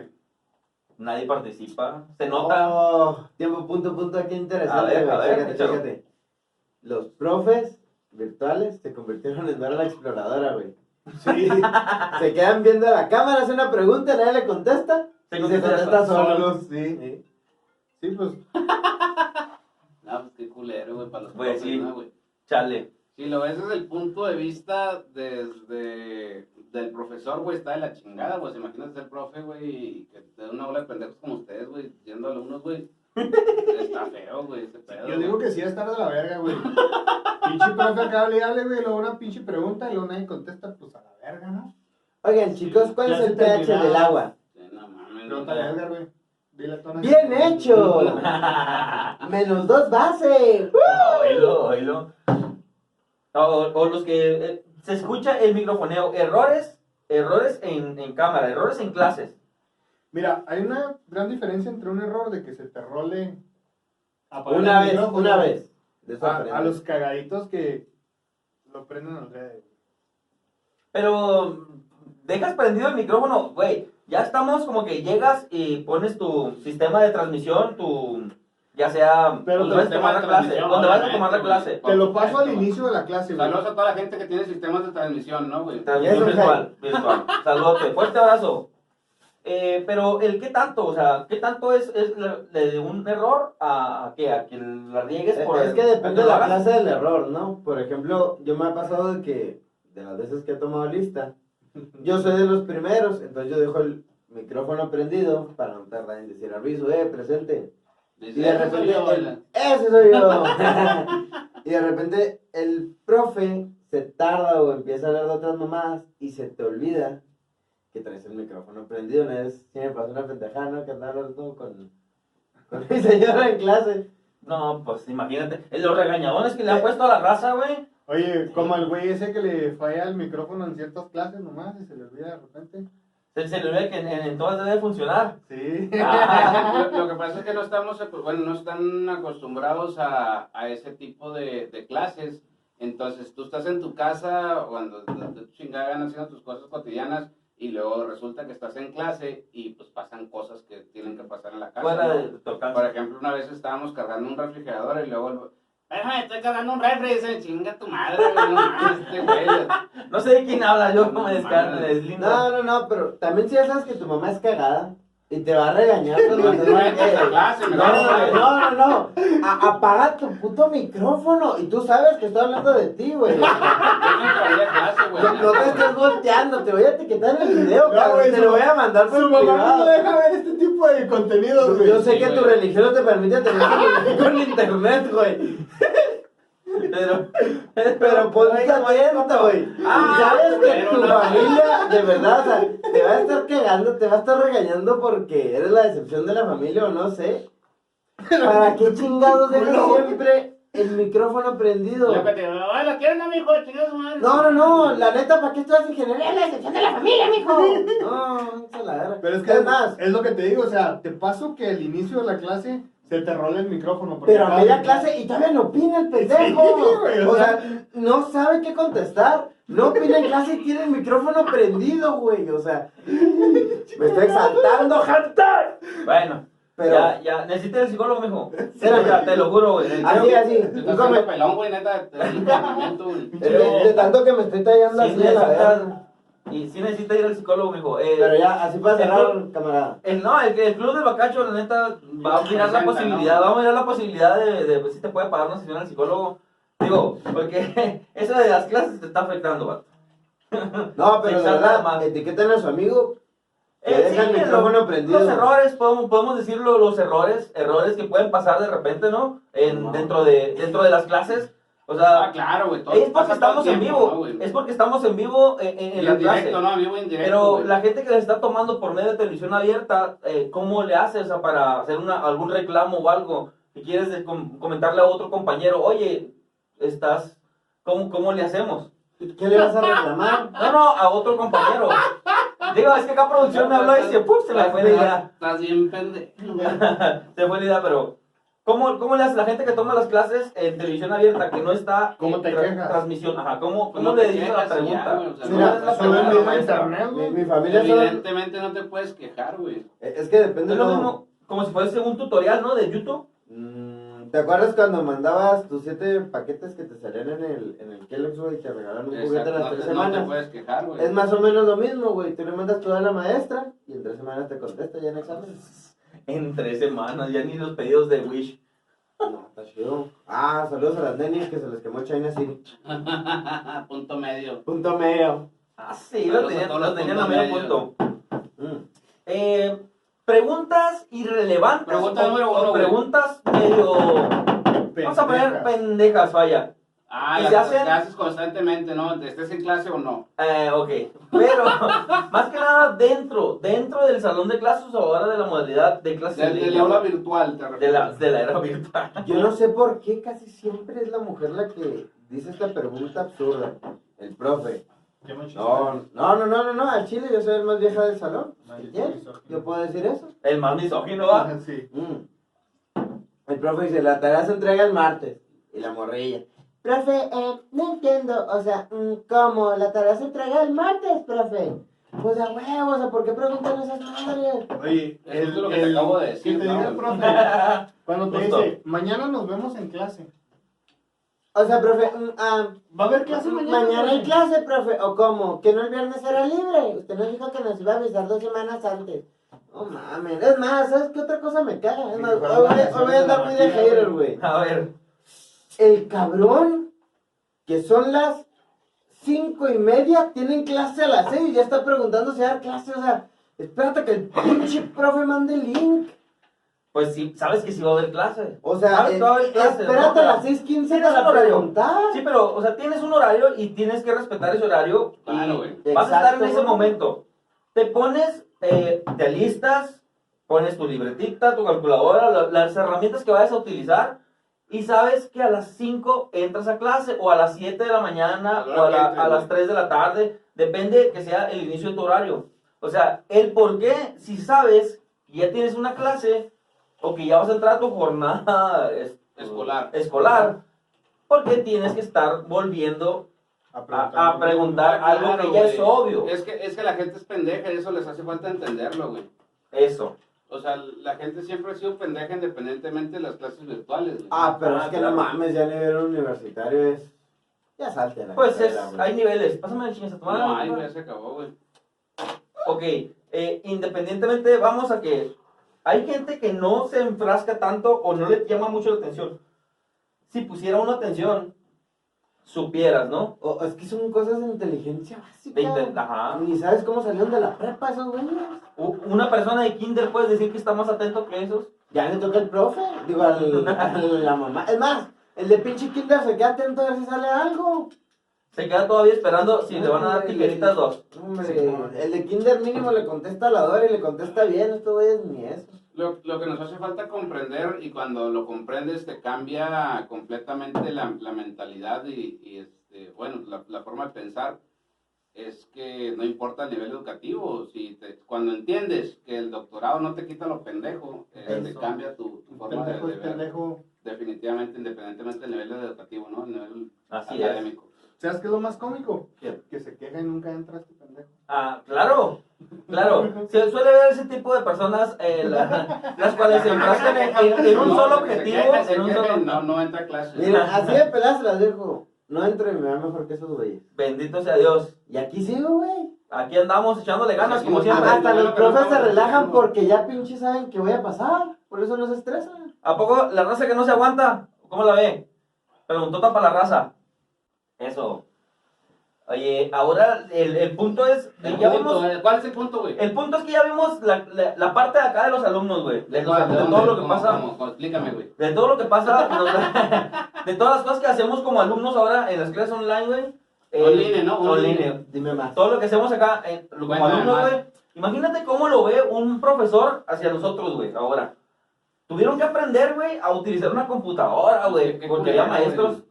S2: Nadie participa. Se nota.
S4: Oh, tiempo, punto, punto. Aquí interesante.
S2: A ver, a
S4: güey.
S2: ver,
S4: Chécate,
S2: échalo.
S4: chécate. Los profes virtuales se convirtieron en Dora la exploradora, güey.
S5: Sí.
S4: Se quedan viendo a la cámara, hace una pregunta, nadie le contesta.
S2: Se
S4: y se
S2: contesta
S4: contesta solo.
S5: Solo, sí.
S4: Sí.
S5: Sí, pues.
S3: No, pues qué culero, güey, para los
S2: Pues
S3: profes,
S2: sí.
S3: ¿no, güey?
S2: Chale.
S3: Si lo ves desde el punto de vista desde del profesor, güey, está de la chingada, güey. Imagínate ser profe, güey, y que te dé una ola de pendejos como ustedes, güey, siendo alumnos, güey. Está feo, güey, ese pedo.
S5: Yo digo
S3: güey.
S5: que sí, a estar de la verga, güey. pinche profe acá le dale, güey, luego una pinche pregunta y luego nadie contesta, pues a la verga, ¿no?
S4: Oigan, chicos, ¿cuál
S5: Ya
S4: es
S5: se
S4: el pH
S5: terminaba.
S4: del agua?
S3: Sí, No mames,
S5: Pregúntale a Edgar, güey. Dile a Tona.
S4: ¡Bien hecho! Menos dos bases.
S2: Oílo, oílo. O, o los que eh, se escucha el microfoneo. Errores, errores en, en cámara, errores en clases.
S5: Mira, hay una gran diferencia entre un error de que se te role
S3: Ah,
S5: apagar
S4: Una
S5: el
S4: vez,
S5: micrófono,
S4: una vez. De eso
S2: Ah,
S5: A, a
S4: aprendí.
S5: los cagaditos que lo prenden los redes.
S2: Pero dejas prendido el micrófono, güey. Ya estamos como que llegas y pones tu sistema de transmisión, tu. Ya sea.
S5: Pero
S2: donde vas a
S3: sistema
S2: tomar
S3: de
S2: la clase.
S3: transmisión,
S2: Donde vas a tomar la
S3: obviamente,
S2: clase.
S5: Te lo
S3: Con-
S5: paso al
S3: esto,
S5: inicio de la clase, güey.
S3: Saludos a toda la gente que tiene sistemas de transmisión, ¿no, güey?
S2: Transmisión
S4: Eso,
S2: virtual, virtual. Saludote, fuerte abrazo. Eh, pero el qué tanto, o sea, qué tanto es, es la- de un error a, a que a que la riegues
S4: Eh,
S2: por
S4: Es que depende de
S2: lo
S4: la
S2: hagas?
S4: clase del error, ¿no? Por ejemplo, yo me ha pasado de que, de las veces que he tomado lista, yo soy de los primeros, entonces yo dejo el micrófono prendido para no tardar en decir aviso, eh, presente. Y
S3: Dice,
S4: de
S3: "Ese soy
S4: repente,
S3: yo,
S4: el- ese soy yo. y de repente el profe se tarda o empieza a hablar de otras mamadas y se te olvida que traes el micrófono prendido. Una vez sí me pasó una pendejada, ¿no? Que andaba hablando con, con mi señora en clase.
S2: No, pues imagínate, eh, los regañadones que le han puesto a la raza, güey.
S5: Oye, como el güey ese que le falla el micrófono en ciertas clases nomás y se le olvida de repente.
S2: El celular que en, en- en todas debe funcionar.
S5: Sí.
S4: Ah,
S3: lo, lo que pasa es que no estamos, acu- bueno, no están acostumbrados a, a ese tipo de, de clases. Entonces, tú estás en tu casa, cuando tu chingada gana haciendo tus cosas cotidianas, y luego resulta que estás en clase y pues pasan cosas que tienen que pasar en la casa.
S2: Fuera
S3: ¿no?
S2: de tu alcance.
S3: Por ejemplo, una vez estábamos cargando un refrigerador y luego... el- "Déjame, estoy cargando un refri, y dice, chinga tu madre, güey, no mames, este güey.
S2: No sé de quién habla, yo
S3: No
S2: me descargo,
S3: mames.
S2: me deslindo.
S4: No, no, no, pero también si ya sabes que tu mamá es cagada y te va a regañar pues,
S3: No,
S4: cuando-
S3: no es esta clase,
S4: No,
S3: me cago,
S4: no,
S3: güey.
S4: no, no, no. A- apaga tu puto micrófono y tú sabes que estoy hablando de ti, güey.
S3: Yo nunca había clase, güey.
S4: No, no te estés volteando, te voy a etiquetar en el video,
S5: No,
S4: cabrón,
S5: güey,
S4: te
S5: su-
S4: lo voy a mandar por
S5: Su mamá no
S4: privado.
S5: deja ver este tipo de contenidos, güey.
S4: Yo sé
S3: Sí,
S4: que tu
S3: güey.
S4: religión no te permite tener comunicación con internet, güey.
S2: Pero,
S4: Pero ponte atento, güey.
S2: Ah,
S4: Y sabes que
S3: pero
S4: tu
S3: no.
S4: familia, de verdad, o sea, te va a estar cagando, te va a estar regañando porque eres la decepción de la familia o no sé. ¿Para qué chingados dejas
S5: Culo.
S4: siempre el micrófono prendido?
S3: Yo que te digo, "Ay, ¿lo quieren a mi hijo? Chinga su madre.
S4: No, no, no, la neta, ¿para qué estás en general? Eres la decepción de la familia, mijo. No, se la verga.
S5: Pero es que
S4: es más,
S5: es lo que te digo, o sea, te paso que al inicio de la clase se te rola el micrófono. porque
S4: Pero a
S5: acaba
S4: media
S5: de-
S4: clase y todavía no opina el pendejo.
S5: Sí, güey, o
S4: o
S5: sea-
S4: sea, no sabe qué contestar. No opina en clase y tiene el micrófono prendido, güey. O sea, me estoy exaltando, Hunter.
S2: Bueno,
S4: Pero-
S2: ya, ya, necesitas el psicólogo, mijo. Neta, te lo juro, güey.
S4: Así, así.
S3: Te
S4: Un
S3: estás haciendo
S4: come-
S3: pelón, güey, neta. Te doy un tratamiento, güey.
S4: De, de tanto que me estoy tallando
S2: Sí
S4: así de la
S2: necesitas-
S4: verga.
S2: Y sí necesita ir al psicólogo, mijo. Eh,
S4: Pero ya, así para
S2: el
S4: cerrar, camarada.
S2: El, Eh, no, el, el club del bacacho, la neta, va a mirar la
S3: Presenta,
S2: posibilidad,
S3: ¿no?
S2: vamos a mirar la posibilidad de, de, pues, si te puede pagar una sesión al psicólogo. Digo, porque eso de las clases te está afectando, vato.
S4: No, pero
S2: Sí,
S4: de
S2: salta más.
S4: verdad, etiqueten a su amigo. Que
S2: Eh,
S4: deja el
S2: sí,
S4: micrófono
S2: lo-
S4: prendido.
S2: Los errores, podemos, podemos decirlo, los errores, errores que pueden pasar de repente, ¿no? En,
S4: Wow.
S2: dentro, de, dentro de las clases. O
S3: Ah,
S2: sea,
S3: claro, güey. todo
S2: es porque
S3: pasa todo
S2: estamos
S3: el
S2: en
S3: tiempo,
S2: vivo,
S3: ¿no, güey?
S2: es porque estamos en vivo en, en- en
S3: Y
S2: la
S3: en
S2: clase.
S3: directo, ¿no? En vivo, en directo.
S2: Pero
S3: güey.
S2: la gente que les está tomando por medio de televisión abierta, eh, ¿cómo le haces o sea, para hacer una, algún reclamo o algo? que quieres de- com- comentarle a otro compañero? Oye, estás... ¿Cómo, ¿Cómo le hacemos?
S4: ¿Qué le vas a reclamar?
S2: No, no, a otro compañero. Digo, es que acá producción me habló y dice, ¡pum! Se me fue la idea.
S3: Estás bien pendejo. güey.
S2: Se fue la idea, pero... ¿Cómo, ¿Cómo le hace la gente que toma las clases en televisión abierta que no está
S5: ¿Cómo
S2: en
S5: te quejas?
S2: transmisión? Ajá, ¿cómo,
S3: Pues
S2: cómo
S3: no
S2: le
S3: te
S2: dices a la
S3: quejas y ya,
S2: pregunta?
S3: güey, o sea,
S2: ¿Cómo le
S3: no,
S4: Mira,
S2: haces la
S5: solo en
S2: pregunta,
S5: medio de
S2: maestra?
S5: internet,
S4: Mi,
S5: güey.
S4: mi familia son.
S3: Evidentemente no te puedes quejar, güey.
S4: Eh, Es que depende
S2: Es lo
S4: todo.
S2: mismo, como si fuese un tutorial, ¿no? De YouTube.
S4: Mm, ¿Te acuerdas cuando mandabas tus siete paquetes que te salían en el, en el Kellogg's, güey, y te regalaron un juguete
S3: Exacto,
S4: a las
S3: No
S4: tres
S3: te- no te
S4: semanas?
S3: puedes quejar, güey.
S4: es más o menos lo mismo, güey. Tú le mandas todo a la maestra y en tres semanas te contesta ya en examen.
S2: En tres semanas, ya ni los pedidos de Wish.
S4: No, está chido. Ah, saludos a las nenis que se les quemó China City.
S3: Punto medio.
S4: Punto medio.
S2: Ah, sí, los
S3: Saludos a
S2: tenían,
S3: todos
S2: los
S3: los
S2: tenían a
S3: puntos
S2: medio
S3: medios.
S2: punto.
S4: Mm.
S2: Mm. Eh, Preguntas irrelevantes.
S3: Pregunta
S2: o-
S3: número
S2: o
S3: uno, güey.
S2: Preguntas medio. Vamos a poner pendejas, vaya.
S3: Ah,
S2: ¿Y
S3: las
S2: se hacen?
S3: que haces constantemente, ¿no? ¿Estés en clase o no?
S2: Eh, ok. Pero, más que nada, dentro, dentro del salón de clases o ahora de la modalidad de clases
S3: De,
S2: en
S3: de la
S2: línea,
S3: aula virtual, te
S2: de
S3: refieres.
S2: la, de la era virtual.
S4: Yo no sé por qué casi siempre es la mujer la que dice esta pregunta absurda. El profe. No, no, no, no, no, no. Al chile yo soy el más vieja del salón. ¿Qué tiene? Yo puedo decir eso.
S2: El más misógino va.
S5: Sí.
S4: Mm. El profe dice, la tarea se entrega el martes. Y la morrilla. Profe, eh, no entiendo, o sea, mm, ¿cómo? La tarea se entrega el martes, profe. Pues a huevos, o sea, ¿por qué preguntan esas madres?
S5: Oye,
S3: Eso es lo que te acabo de decir,
S5: que te diga
S3: ¿no?
S5: el profe, cuando te
S2: Justo.
S5: dice, mañana nos vemos en clase.
S4: O sea, profe, mm, ah,
S5: ¿Va a haber clase mañana?
S4: mañana hay
S5: profe?
S4: clase, profe, o cómo, que no el viernes era libre. Usted nos dijo que nos iba a avisar dos semanas antes. Oh, mames, es más, ¿sabes qué otra cosa me caga? Es
S5: Sí,
S4: más, hoy,
S5: igual
S4: voy-
S5: las
S4: hoy voy a andar muy de
S5: vacaciones de la
S4: hater, güey.
S2: A ver.
S4: el cabrón, que son las cinco y media, tienen clase a las seis y ya está preguntando si va a dar clase, o sea, espérate que el pinche profe mande el link.
S2: Pues sí, sabes que sí va a haber clase.
S4: O sea,
S2: Sabes
S4: el-
S2: que va a haber clase,
S4: espérate
S2: ¿no?
S4: a las seis quince
S2: Tienes un
S4: para
S2: horario.
S4: preguntar.
S2: Sí, pero, o sea, tienes un horario y tienes que respetar ese horario. y
S3: Claro, güey.
S2: Vas a estar en
S4: Exacto,
S2: ese
S4: güey.
S2: momento. Te pones, eh, te alistas, pones tu libretita, tu calculadora, la- las herramientas que vayas a utilizar y sabes que a las 5 entras a clase o a las 7 de la mañana
S3: A la
S2: o a, la-
S3: hora que
S2: a las
S3: entres,
S2: 3 de la tarde, depende que sea el inicio de tu horario. O sea, el por qué, si sabes que ya tienes una clase o que ya vas a entrar a tu jornada es-
S3: Escolar.
S2: escolar, porque tienes que estar volviendo
S5: A
S2: a, a preguntar
S3: Ah, claro,
S2: algo que ya es
S3: güey.
S2: obvio.
S3: Es que, es que la gente es pendeja y eso les hace falta entenderlo, güey.
S2: Eso.
S3: O sea, la gente siempre ha sido pendeja independientemente de las clases virtuales, güey.
S4: Ah, pero
S2: Ah,
S4: es que
S2: claro.
S4: no mames, ya a nivel universitario es... Ya salte a la
S2: Pues es,
S4: carrera, güey.
S2: hay niveles. Pásame el chingazo a tu madre.
S3: No, ay, güey, ya se acabó, güey.
S2: Ok, eh, independientemente, vamos a que hay gente que no se enfrasca tanto o no le llama mucho la atención. Si pusiera una atención, supieras, ¿no?
S4: O- es que son cosas de inteligencia básica.
S2: De inter- ajá.
S4: Ni sabes cómo salieron de la prepa esos güeyes.
S2: U- Una persona de kinder puedes decir que está más atento que esos.
S4: Ya le toca el profe, digo, al, a la mamá. Es más, el de pinche kinder se queda atento a ver si sale algo.
S2: Se queda todavía esperando si le van a dar tiquetitas dos.
S4: Hombre,
S5: Sí, no.
S4: el de kinder mínimo le contesta a la hora y le contesta bien, esto güey es ni eso.
S3: Lo, lo que nos hace falta comprender y cuando lo comprendes te cambia completamente la, la mentalidad y, y, este, bueno, la, la forma de pensar es que no importa el nivel educativo, si te- cuando entiendes que el doctorado no te quita lo pendejo, eh, te
S5: Eso.
S3: cambia tu, tu forma de,
S5: Pendejo
S3: de
S5: es
S3: ver,
S5: pendejo.
S3: definitivamente, independientemente del nivel educativo, ¿no? El nivel
S2: Así es.
S3: académico.
S5: ¿Sabes qué es lo más cómico?
S2: ¿Qué?
S5: Que se queja y nunca entra este pendejo.
S2: Ah, claro, claro. Se suele ver ese tipo de personas, eh, la- las cuales se enfrascan en, en- en un
S3: No,
S2: solo
S3: se
S2: objetivo.
S3: queja, se
S2: en un
S3: queja y
S2: solo-
S3: No, no entra a clases.
S4: Mira, así de peladas se las dejo. No entro y me va mejor que esos güeyes.
S2: Bendito sea Dios.
S4: Y aquí sigo, güey.
S2: Aquí andamos echándole ganas, como
S3: Sí,
S2: siempre.
S4: Ah, Hasta
S3: bueno,
S4: los
S3: pero
S4: profes se
S3: estamos
S4: relajan
S3: estudiando.
S4: porque ya pinche saben que voy a pasar. Por eso no se estresan.
S2: ¿A poco la raza que no se aguanta? ¿Cómo la ve? Preguntota para la raza. Eso. Oye, ahora el, el punto es.
S3: El
S2: ya
S3: punto,
S2: vimos-
S3: eh, ¿Cuál es el punto, güey?
S2: el punto es que ya vimos la, la- la parte de acá de los alumnos, güey. De,
S3: ¿De dónde?
S2: de
S3: ¿De
S2: todo
S3: dónde?
S2: lo que
S3: ¿Cómo?
S2: pasa.
S3: ¿Cómo? ¿Cómo? Explícame, güey.
S2: De todo lo que pasa. nos- de todas las cosas que hacemos como alumnos ahora en las clases online, güey. eh,
S3: Online, ¿no?
S2: Online.
S3: Online.
S4: Dime más.
S2: Todo lo que hacemos acá eh, como
S3: Bueno,
S2: alumnos,
S3: además.
S2: güey. Imagínate cómo lo ve un profesor hacia nosotros, güey, ahora. Tuvieron que aprender, güey, a utilizar una computadora, Ah, güey,
S3: Qué
S2: porque había
S3: culero, pues.
S2: maestros.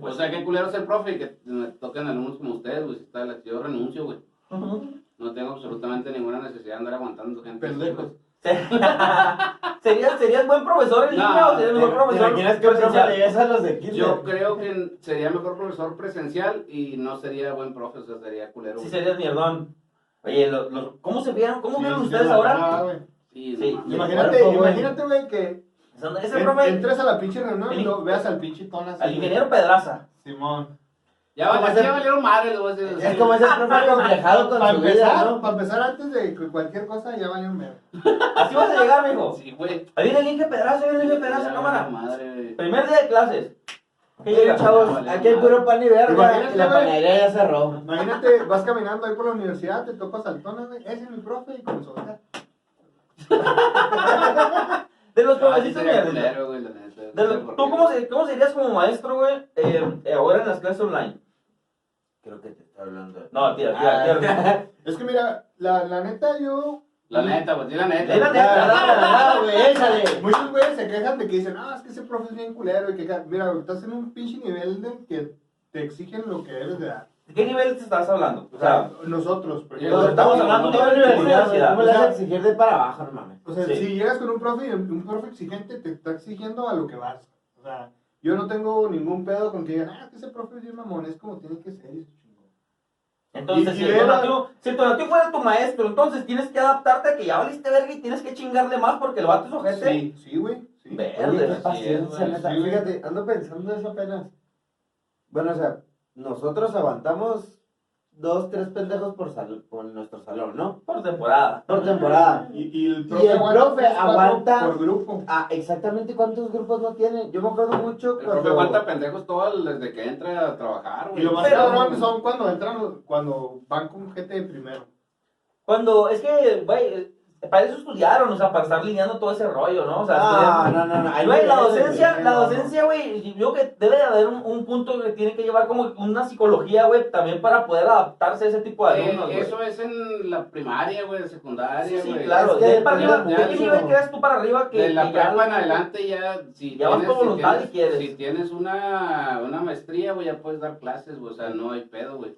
S2: pues-
S3: O sea, qué culero es el profe y que me toquen alumnos como ustedes, güey. Si está la- yo renuncio, güey.
S2: Ujú.
S3: No tengo absolutamente ninguna necesidad de andar aguantando gente. así,
S5: Pendejos.
S3: güey.
S2: ¿Serías, ¿Serías buen profesor en
S3: No,
S2: línea o serías mejor
S5: Eh,
S4: ¿Te
S2: profesor?
S4: imaginas que un profe
S2: presencial?
S4: le ves a los de kinder?
S3: Yo creo que sería mejor profesor presencial y no sería buen profe, o sea, sería culero.
S2: Sí,
S3: güey.
S2: serías mierdón. Oye, lo- lo- ¿cómo se vieron? ¿Cómo
S5: Sí,
S2: vieron
S5: sí,
S2: ustedes
S5: la verdad,
S2: ahora?
S5: güey.
S3: Sí,
S2: Sí,
S3: no mames.
S5: Imagínate,
S2: cuerpo, güey.
S5: imagínate, güey, que
S2: Ese
S5: en-
S2: profe,
S5: entres a la pinche reunión
S2: Sí.
S5: y luego veas al pinche tono así.
S2: al
S5: güey.
S2: ingeniero Pedraza.
S5: Simón.
S3: Ya, vale,
S4: ¿Cómo
S3: así
S4: hacer?
S3: ya valieron madre, lo voy a decir.
S4: Es como ese profe complejado con
S5: Para
S4: su vida, ¿no?
S5: empezar, para empezar antes de que cualquier cosa, ya valió un verbo.
S2: Así vas a llegar, mijo.
S3: Sí, güey.
S2: Ahí viene el Inge Pedraza, ahí viene el Inge Pedraza,
S3: Ya,
S2: cámara.
S3: Madre, güey.
S2: Primer día de clases. ¿Qué
S4: Miren,
S2: llega?
S4: chavos,
S3: vale,
S4: aquí hay
S3: madre.
S4: puro pan y verga
S5: Imagínate,
S4: y la
S5: güey.
S4: panadería ya cerró.
S5: Imagínate, vas caminando ahí por la universidad, te topas al tono, güey. Ese es mi profe y con su boca.
S2: De los
S3: Ah, sí
S2: pueblecitos
S3: sería
S2: mira, de-
S3: culero, güey, la neta.
S2: de
S3: No sé
S2: los-
S3: por
S2: ¿Tú
S3: qué.
S2: cómo, se- cómo serías como maestro, güey, eh, eh, ahora en las clases online?
S4: Creo que te está hablando. Ah.
S2: No, tira, tira, tira.
S5: Es que mira, la, la neta yo...
S3: La neta, pues sí, la neta.
S2: Es la
S4: Ya,
S2: neta.
S4: ya, ya, güey, échale.
S5: Muchos güeyes se quejan de que dicen, ah, es que ese profe es bien culero y que... ca-". Mira, güey, estás en un pinche nivel de que te exigen lo que debes de dar.
S2: ¿De qué nivel te estás hablando?
S5: O
S2: O
S5: sea,
S2: sea,
S5: nosotros, por
S3: Yo-
S5: ejemplo.
S2: Pero estamos hablando de
S4: No,
S2: una
S4: no, no,
S2: universidad.
S4: no, ¿Cómo
S5: o
S4: le vas a
S5: sea-
S4: exigir de para abajo, no mames?
S5: O sea,
S2: Sí.
S5: si llegas con un profe, un profe exigente te está exigiendo a lo que vas. O sea, yo no tengo ningún pedo con que digan, ah, es que ese profe es bien mamón, es como tiene que ser. y su chingón.
S2: entonces,
S5: Y-
S2: si
S5: y
S2: el
S5: era-
S2: Tonatiuh- si el Tonatiuh fuera tu maestro, entonces tienes que adaptarte a que ya valiste verga y tienes que chingarle más porque el vato es ojete.
S5: Sí, sí, güey. Sí.
S4: Oye, qué
S2: Verde.
S4: paciencia,
S3: güey,
S4: neta.
S5: sí, güey.
S4: Fíjate, ando pensando eso apenas. Bueno, o sea, nosotros aguantamos dos, tres pendejos por, sal- por nuestro salón, ¿no?
S2: Por temporada.
S4: Por temporada.
S5: Y, y el
S4: Y el profe
S5: tres, cuatro
S4: aguanta-
S5: Por grupo.
S4: Ah, exactamente cuántos grupos no tiene. Yo me acuerdo mucho
S3: El
S4: cuando-
S3: profe aguanta pendejos todo el- desde que entra a trabajar, güey.
S5: Y lo más
S2: Pero-
S5: cabrón son cuando entran, los- cuando van con gente de primero.
S2: Cuando, es que, güey, eh, para eso estudiaron, o sea, para estar lineando todo ese rollo, ¿no? O sea,
S4: Ah,
S2: tener-
S4: no, no, no. ahí
S2: Güey, la
S4: no eres,
S2: docencia,
S5: güey,
S2: la
S5: no, no.
S2: docencia, güey, yo creo que debe de haber un, un punto que tiene que llevar como una psicología, güey, también para poder adaptarse a ese tipo de
S3: Eh,
S2: alumnos, güey.
S3: eso es en la primaria, güey, secundaria,
S2: Sí, sí,
S3: güey.
S2: claro,
S4: Es que
S2: de ahí para arriba,
S3: ya-
S2: ¿de
S3: ya
S2: qué
S3: no.
S2: nivel crees tú para arriba que
S3: de la
S2: que ya-
S3: prepa en adelante ya, si
S2: Ya vas con voluntad
S3: si
S2: y quieres.
S3: si tienes una, una maestría, güey, ya puedes dar clases, güey, o sea, no hay pedo, güey.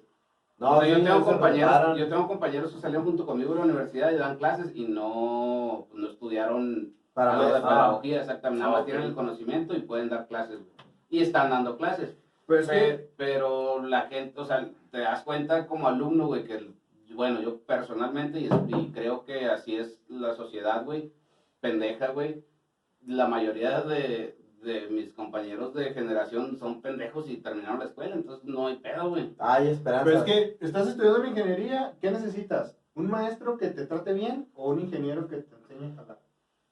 S4: No,
S3: O sea, yo,
S4: sí,
S3: tengo
S4: se
S3: compañeros,
S4: preparan.
S3: yo tengo compañeros que salieron junto conmigo de la universidad y dan clases y no, no estudiaron
S4: Para
S3: algo de
S4: maestro.
S3: pedagogía, exactamente, nada
S2: Ah,
S3: más
S2: ok.
S3: tienen el conocimiento y pueden dar clases, güey. Y están dando clases.
S5: Pues
S3: Pe- pero la gente, o sea, te das cuenta como alumno, güey, que, el- bueno, yo personalmente, y, es- y creo que así es la sociedad, güey, pendeja, güey. La mayoría de, de mis compañeros de generación son pendejos y terminaron la escuela, entonces no hay pedo, güey.
S4: Ay, esperanza.
S5: Pero es que estás estudiando en ingeniería, ¿qué necesitas? ¿Un maestro que te trate bien o un ingeniero que te enseñe a jalar?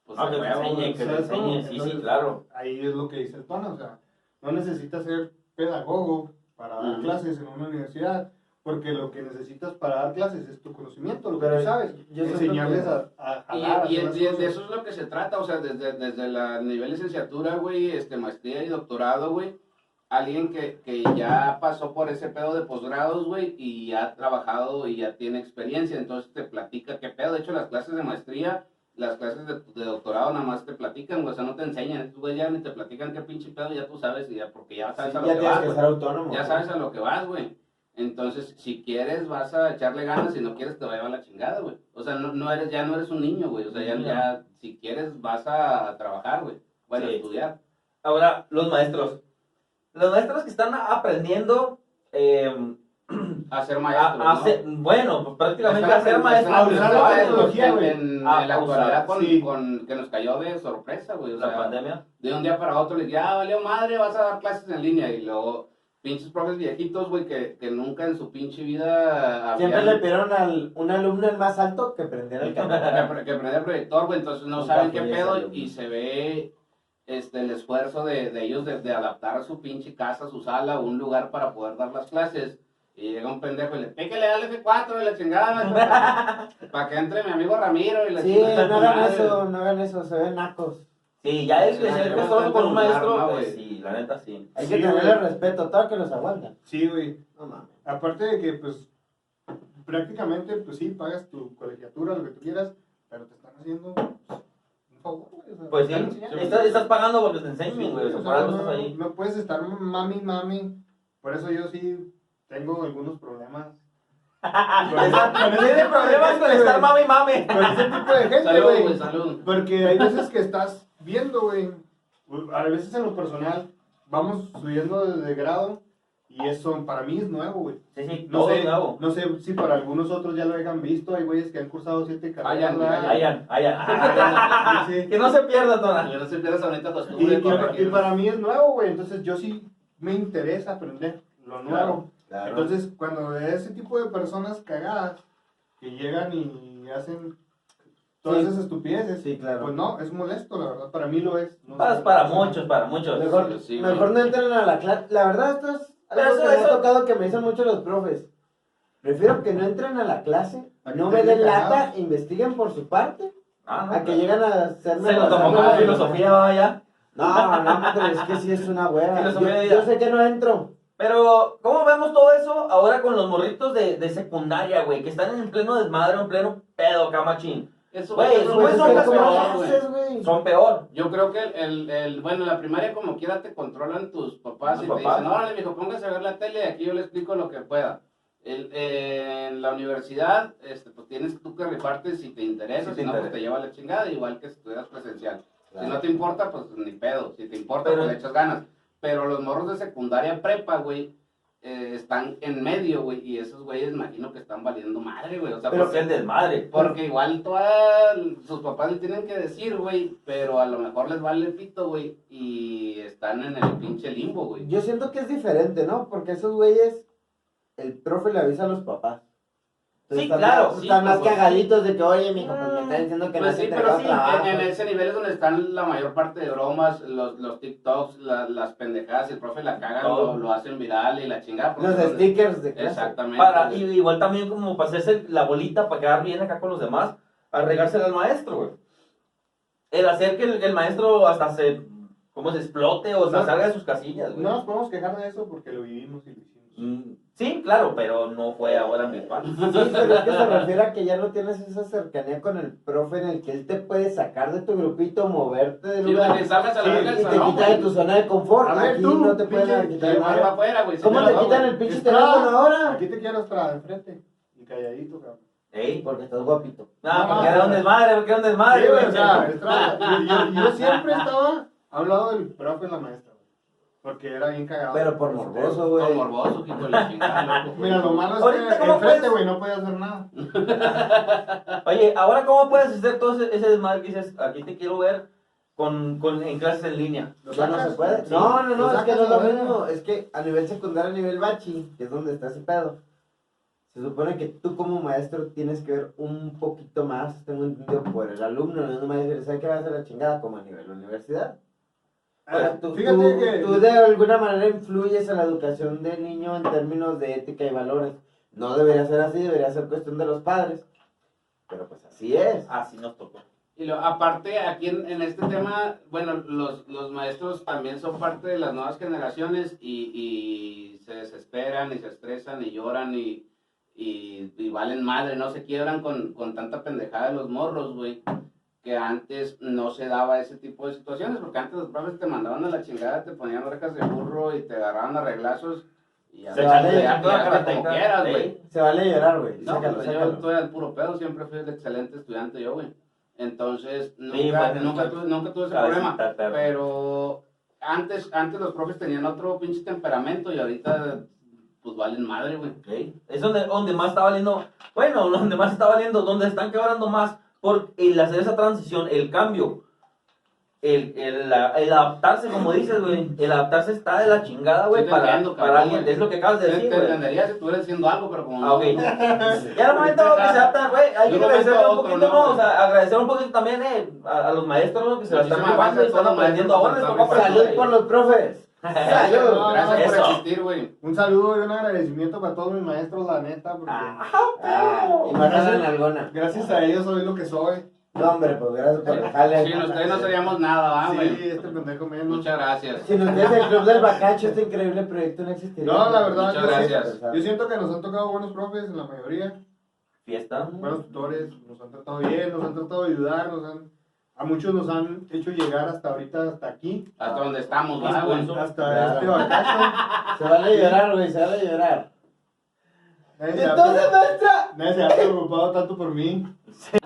S3: Pues,
S2: Ah, que
S3: a
S2: te
S3: huevo,
S2: enseñe,
S3: güey.
S2: que te
S5: ¿sabes cómo?
S2: enseñe, sí, sí,
S5: Entonces-
S2: claro.
S5: Ahí es lo que dice el tono, o sea, no necesitas ser pedagogo para dar
S3: Ujú.
S5: clases en una universidad, porque lo que necesitas para dar clases es tu conocimiento, lo que
S4: Pero
S5: tú sabes,
S4: yo siempre
S5: enseñarles
S4: que-
S5: a, a
S3: Y,
S5: jalar. a
S3: y-
S5: hacer las
S3: y de
S5: cosas.
S3: eso es lo que se trata, o sea, desde, desde la nivel licenciatura, güey, este, maestría y doctorado, güey, alguien que, que ya pasó por ese pedo de posgrados, güey, y ya ha trabajado y ya tiene experiencia, entonces te platica qué pedo. De hecho, las clases de maestría, las clases de, de doctorado nada más te platican, güey, o sea, no te enseñan, estos güeyes ya ni te platican qué pinche pedo, ya tú sabes, y ya, porque ya sabes
S4: Sí,
S3: a lo
S4: ya
S3: que
S4: tienes
S3: vas,
S4: que
S3: güey.
S4: ser autónomo.
S3: Ah, Ya sabes a lo que vas, güey. Entonces, si quieres, vas a echarle ganas. Si no quieres, te va a llevar la chingada, güey. O sea, no, no eres, ya no eres un niño, güey. O sea, ya,
S2: No.
S3: ya si quieres, vas a trabajar, güey. Bueno,
S2: Sí.
S3: a estudiar.
S2: Ahora, los maestros. Los maestros que están aprendiendo eh,
S3: A ser
S2: a,
S3: maestro.
S2: a
S3: ¿no?
S2: ser- bueno, pues, prácticamente
S3: Están
S2: a ser
S3: aprendiendo-
S2: maestros.
S3: están aprendiendo
S5: usar la
S3: maestros
S5: tecnología,
S3: en-
S5: güey.
S3: En,
S2: A-
S3: en la
S2: a usar,
S3: actualidad, con,
S5: sí.
S3: con- que nos cayó de sorpresa, güey. O
S2: la
S3: sea,
S2: pandemia.
S3: de un día para otro le dije, ah, valió madre, vas a dar clases en línea. Y luego, pinches profes viejitos, güey, que, que nunca en su pinche vida
S4: Siempre
S3: habían-
S4: le pidieron al un alumno el más alto que prendiera el
S3: que,
S4: cámara.
S3: pre- que prender el proyector, güey, entonces no
S4: Nunca
S3: saben qué
S4: fui ese
S3: pedo
S4: alumno.
S3: y se ve este, el esfuerzo de, de ellos de, de adaptar a su pinche casa, su sala, un lugar para poder dar las clases. Y llega un pendejo y le píquele al F4 y la chingada, para que entre mi amigo Ramiro y la
S4: Sí,
S3: chingada.
S4: no hagan
S3: madre.
S4: eso, no hagan eso, se ven nacos.
S2: Sí, ya es
S3: Sí,
S2: que si
S3: la
S2: eres
S3: neta,
S2: solo con un
S3: bastante
S2: maestro,
S3: vulgar, ¿no,
S2: pues
S3: güey?
S2: sí, la neta sí.
S4: Hay
S5: Sí,
S4: que tenerle
S5: güey.
S4: respeto a todo que los aguantan.
S5: Sí, güey.
S4: No mames.
S5: Aparte de que, pues, prácticamente, pues sí, pagas tu colegiatura, lo que tú quieras, pero te están haciendo pues, un favor, güey. o sea,
S2: Pues
S5: te
S2: sí,
S5: están enseñando.
S2: estás, estás pagando porque te
S5: Sí,
S2: enseñen, güey,
S5: güey,
S2: o sea,
S5: o
S2: por
S5: sea,
S2: algo
S5: no-
S2: estás ahí.
S5: No puedes estar mami, mami. Por eso yo sí tengo algunos problemas.
S2: Tiene problemas
S5: este,
S2: con estar pues. mame y mame.
S5: Con ese tipo de gente,
S3: Salud, güey,
S5: güey.
S3: salud.
S5: Porque hay veces que estás viendo, güey. A veces en lo personal, vamos subiendo de grado y eso para mí es nuevo, güey.
S2: Sí, sí,
S5: No
S2: todo
S5: sé,
S2: nuevo.
S5: no sé si para algunos otros ya lo hayan visto. Hay güeyes que han cursado siete
S2: Ah,
S5: carreras.
S3: Hayan, hayan.
S5: ¿verdad?
S2: Hayan, hayan.
S5: Sí, sí.
S2: Que no se pierda, Tona.
S3: Que no se pierdas ahorita tu octubre,
S5: Y, y para, y
S3: corregir.
S5: para mí es nuevo, güey. Entonces yo sí me interesa aprender lo nuevo.
S4: Claro.
S5: Entonces cuando de ese tipo de personas cagadas que llegan y hacen todas
S4: Sí.
S5: esas estupideces,
S4: Sí, claro.
S5: pues no, es molesto, la verdad. Para mí lo es. No
S2: Para,
S5: sé.
S2: para muchos, para muchos.
S4: Mejor,
S3: Sí, sí,
S4: mejor
S3: güey.
S4: no entren a la clase. La verdad, esto es
S2: Pero
S4: algo
S2: eso-
S4: que me ha
S2: eso-
S4: tocado que me dicen mucho los profes. Prefiero que no entren a la clase,
S5: A que
S4: no me
S5: estén
S4: den
S5: bien
S4: lata,
S5: cagados.
S4: investiguen por su parte
S2: Ah, no.
S4: A que llegan a ser
S2: Se lo tomó como
S4: melodrama, güey.
S2: filosofía, vaya.
S4: No, no, pero es que sí es una hueva.
S2: Filosofía de
S4: Yo,
S2: vida.
S4: yo sé que no entro.
S2: Pero, ¿cómo vemos todo eso ahora con los morritos de, de secundaria, güey? Que están en pleno desmadre, en pleno pedo, camachín.
S3: Eso,
S2: Güey,
S3: eso
S2: eso
S3: no
S2: fue
S4: Pues
S3: es
S4: es
S2: son
S3: un
S4: que
S2: las
S4: ¿cómo le
S3: peor,
S2: peores,
S3: güey.
S4: haces, güey?
S2: Son peor.
S3: Yo creo que el, el, el- bueno, la primaria como quiera te controlan tus papás
S2: Tus
S3: y te
S2: papás.
S3: dicen, órale, mijo, póngase a ver la tele y aquí yo le explico lo que pueda. El- eh, en la universidad, este, pues tienes tú que rifarte si te
S2: Si
S3: interesa, si,
S2: te
S3: no,
S2: interesa.
S3: pues te lleva la chingada, igual que si estuvieras presencial.
S4: Claro.
S3: Si no te importa, pues ni pedo. Si te importa,
S2: Pero-
S3: pues le echas ganas. Pero los morros de secundaria prepa, güey, eh, están en medio, güey, y esos güeyes imagino que están valiendo madre, güey. O sea,
S2: Pero
S3: pues,
S2: que el desmadre.
S3: porque igual todas sus papás le tienen que decir, güey, pero a lo mejor les vale pito, güey, y están en el pinche limbo, güey.
S4: Yo siento que es diferente, ¿no? Porque esos güeyes, el profe le avisa a los papás.
S2: Sí,
S4: están
S2: claro,
S4: más-
S3: sí,
S4: están más
S3: pues,
S4: cagaditos de que, oye, mijo, pues me está diciendo que
S3: Pues
S4: no
S3: sí,
S4: se te
S3: pero sí,
S4: trabajo.
S3: en, en ese nivel es donde están la mayor parte de bromas, los, los TikToks, la- las pendejadas, el profe la caga,
S2: Todo.
S3: lo, lo hacen viral y la chingada. porque
S4: Los
S3: son-
S4: stickers de clase.
S3: Exactamente.
S2: Para,
S3: güey.
S2: y igual también como para hacerse la bolita, para quedar bien acá con los demás, a regársela al maestro, güey. El hacer que el, que el maestro hasta se, ¿cómo se explote o hasta
S5: No.
S2: salga de sus casillas, güey.
S5: No nos podemos quejar de eso porque lo vivimos y lo hicimos.
S2: Mm, Sí, claro, pero no fue ahora mi parte.
S4: Sí, pero es que se refiere a que ya no tienes esa cercanía con el profe en el que él te puede sacar de tu grupito, moverte del
S3: Sí, güey,
S4: lugar
S3: que salgas a la
S5: Sí,
S3: verga
S4: y
S3: del
S4: te
S3: salón,
S4: quita de tu
S3: güey.
S4: zona de confort.
S5: A ver,
S4: Aquí
S5: tú,
S4: no te pueden
S5: pinche-
S3: Te
S4: quitar
S3: vas para
S4: nada.
S3: afuera, güey. si
S4: ¿Cómo
S3: no
S4: te
S3: lo hago,
S4: quitan
S3: güey.
S4: el pinche
S5: Estrada.
S4: teléfono ahora?
S5: Aquí te quiero estar enfrente y calladito, cabrón.
S2: Ey,
S4: Porque estás guapito.
S2: no, porque era un desmadre, porque era un
S4: Ah,
S2: desmadre,
S5: Sí,
S2: güey.
S5: güey, o sea, estaba- yo, yo- yo siempre estaba al lado del profe en la maestra, güey. Porque era bien cagado.
S4: Pero por
S3: Pues,
S4: morboso, güey.
S3: Todo morboso, hijo de la chingada, loco, güey.
S5: Mira, lo malo es
S2: Ahorita,
S5: que
S2: ¿cómo
S5: enfrente,
S2: puedes?
S5: güey, no podía hacer nada.
S2: Oye, ahora cómo puedes hacer todo ese, ese desmadre que dices, aquí te quiero ver con, con, en clases en línea.
S5: ¿Lo
S4: Ya no
S5: sacas?
S4: se puede.
S5: Sí.
S4: No, no, no, es
S5: sacas
S4: que no es
S5: a
S4: lo
S5: la verga?
S4: mismo. Es que a nivel secundario, a nivel bachi, que es donde está ese pedo, se supone que tú como maestro tienes que ver un poquito más, tengo entendido, por el alumno, no es nomás decir, ¿sabes qué va a hacer la chingada? Como a nivel universidad. O sea, tú,
S5: Eh, Fíjate
S4: tú-
S5: que-
S4: tú de alguna manera influyes en la educación del niño en términos de ética y valores. No debería ser así, debería ser cuestión de los padres. Pero pues así es.
S2: Así Ah, nos tocó.
S3: Y lo- aparte, aquí en, en este tema, bueno, los, los maestros también son parte de las nuevas generaciones y, y se desesperan y se estresan y lloran y, y, y valen madre, no se quiebran con, con tanta pendejada de los morros, güey, que antes no se daba ese tipo de situaciones, porque antes los profes te mandaban a la chingada, te ponían orejas de burro y te agarraban a reglazos y ya,
S2: Se
S4: vale,
S2: echaron se
S3: ya-
S4: ya
S2: echaron toda
S3: ya
S2: la
S3: hasta como
S2: karateca.
S3: quieras,
S2: Ey,
S3: güey.
S4: Se vale llorar, güey.
S3: No,
S4: Sácalo,
S3: pues yo
S4: sácalo.
S3: estoy al puro pedo, siempre fui el excelente estudiante yo, güey. Entonces, nunca,
S2: bueno,
S3: nunca,
S2: claro.
S3: tuve, nunca tuve ese
S2: Cabecita,
S3: problema.
S2: perro.
S3: Pero antes, antes los profes tenían otro pinche temperamento y ahorita, pues valen madre, güey.
S2: Ok. Es donde, donde más está valiendo, bueno, donde más está valiendo, donde están quebrando más por el hacer esa transición, el cambio, el, el, la- el adaptarse, como dices, güey, el adaptarse está de la chingada, güey,
S3: Sí te
S2: para,
S3: entiendo,
S2: para
S3: cabrón,
S2: alguien,
S3: güey.
S2: es lo que acabas Ah, de
S3: Te,
S2: decir,
S3: te
S2: güey.
S3: entendería si estuvieras haciendo algo, pero como
S2: Ah, ok. Ya al momento que se adaptan, güey, hay
S3: De
S2: que
S3: un momento
S2: agradecerle
S3: a
S2: un
S3: otro,
S2: poquito,
S3: ¿no?
S2: ¿no? O sea, agradecer un poquito también eh, a, a los maestros ¿no? que se la están
S3: Muchísimas
S2: rifando y
S3: gracias a
S2: están
S3: todos los
S2: aprendiendo. Ahora les
S3: maestros
S2: tocó
S3: por la
S2: aprender.
S4: Salud por los profes.
S5: Salud.
S3: Gracias por
S2: Eso.
S3: existir, güey.
S5: Un saludo y un agradecimiento para todos mis maestros, la neta, porque
S4: Ah, y más hacen alguna.
S5: gracias a ellos soy lo que soy.
S4: No, hombre, pues gracias por el jale.
S3: Sin ustedes no seríamos
S4: Ah,
S3: nada, ¿va,
S5: sí,
S3: güey.
S5: este pendejo menos.
S3: Muchas gracias.
S4: Sin ustedes el Club del Bacacho, este increíble proyecto no existiría.
S5: No, la verdad,
S3: Muchas
S5: yo sí-
S3: gracias.
S5: Yo siento que nos han tocado buenos profes en la mayoría,
S2: Fiesta.
S5: buenos tutores, nos han tratado bien, nos han tratado de ayudar, nos han, a muchos nos han hecho llegar hasta ahorita, hasta aquí,
S3: Hasta donde estamos,
S2: Ah,
S3: ¿va, güey.
S2: bueno.
S5: hasta
S4: Claro.
S5: este bacacho.
S4: Se vale llorar, güey, se vale llorar.
S5: Nadie se ha-
S4: Entonces, maestra.
S5: nadie se ha preocupado tanto por mí.
S2: Pues sí.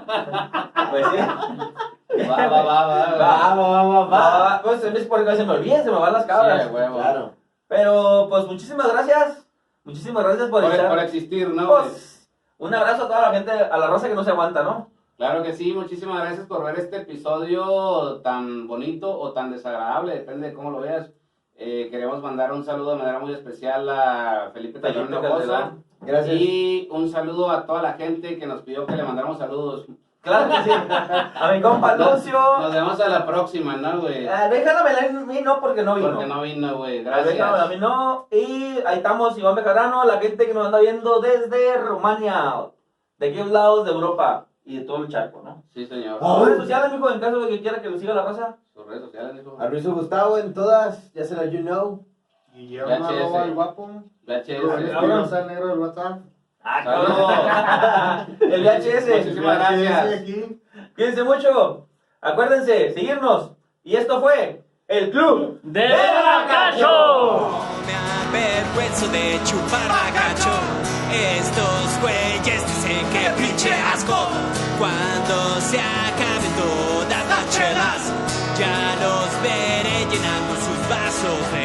S3: Va, va, va, va.
S2: Ah,
S3: va.
S4: Vamos, vamos, vamos.
S2: Va, pues a mí es por acá, se me olvida, se me van las cabras.
S3: Sí, güey.
S4: Claro.
S2: Pero pues muchísimas gracias. Muchísimas gracias por,
S3: Por,
S2: estar.
S3: por existir, ¿no? güey?
S2: Pues, un abrazo a toda la gente, a la raza que no se aguanta, ¿no?
S3: Claro que sí, muchísimas gracias por ver este episodio tan bonito o tan desagradable, depende de cómo lo veas. Eh, queremos mandar un saludo de manera muy especial a Felipe Talón
S2: Felipe
S3: Rosa
S2: Calderón.
S4: Gracias.
S3: y un saludo a toda la gente que nos pidió que le mandáramos saludos.
S2: Claro que sí. A mi compa Lucio.
S3: Nos vemos a la próxima, ¿no, güey?
S2: Ah, Déjame a mí no porque no vino.
S3: Porque no vino, güey.
S2: Déjamela a
S3: Gracias.
S2: mí no. Y ahí estamos, Iván Bejarano, la gente que nos anda viendo desde Rumania, de aquellos lados de Europa. y de todo el charco, ¿no?
S3: Sí, señor.
S4: Oh.
S2: Redes sociales, mijo, en caso de que quiera que lo siga la raza.
S3: Sus redes sociales, dijo.
S4: A Ruiz Gustavo en todas, ya se la you know.
S5: Guillermo
S3: Ya, sí,
S5: arroba
S3: sí.
S5: el guapo.
S3: VHS.
S2: Ahora-
S5: Espinosa negro del WhatsApp.
S2: ¡Ah,
S3: cabrón.
S2: el VHS.
S3: Muchísimas gracias.
S5: Sí, aquí.
S2: Cuídense mucho. Acuérdense, seguirnos. Y esto fue el Club
S6: ¡De Bacacho!
S1: No me avergüenzo de chupar bacacho. Estos güeyes dicen que pinche asco. Cuando se acaben todas las chelas, ya los veré llenando sus vasos de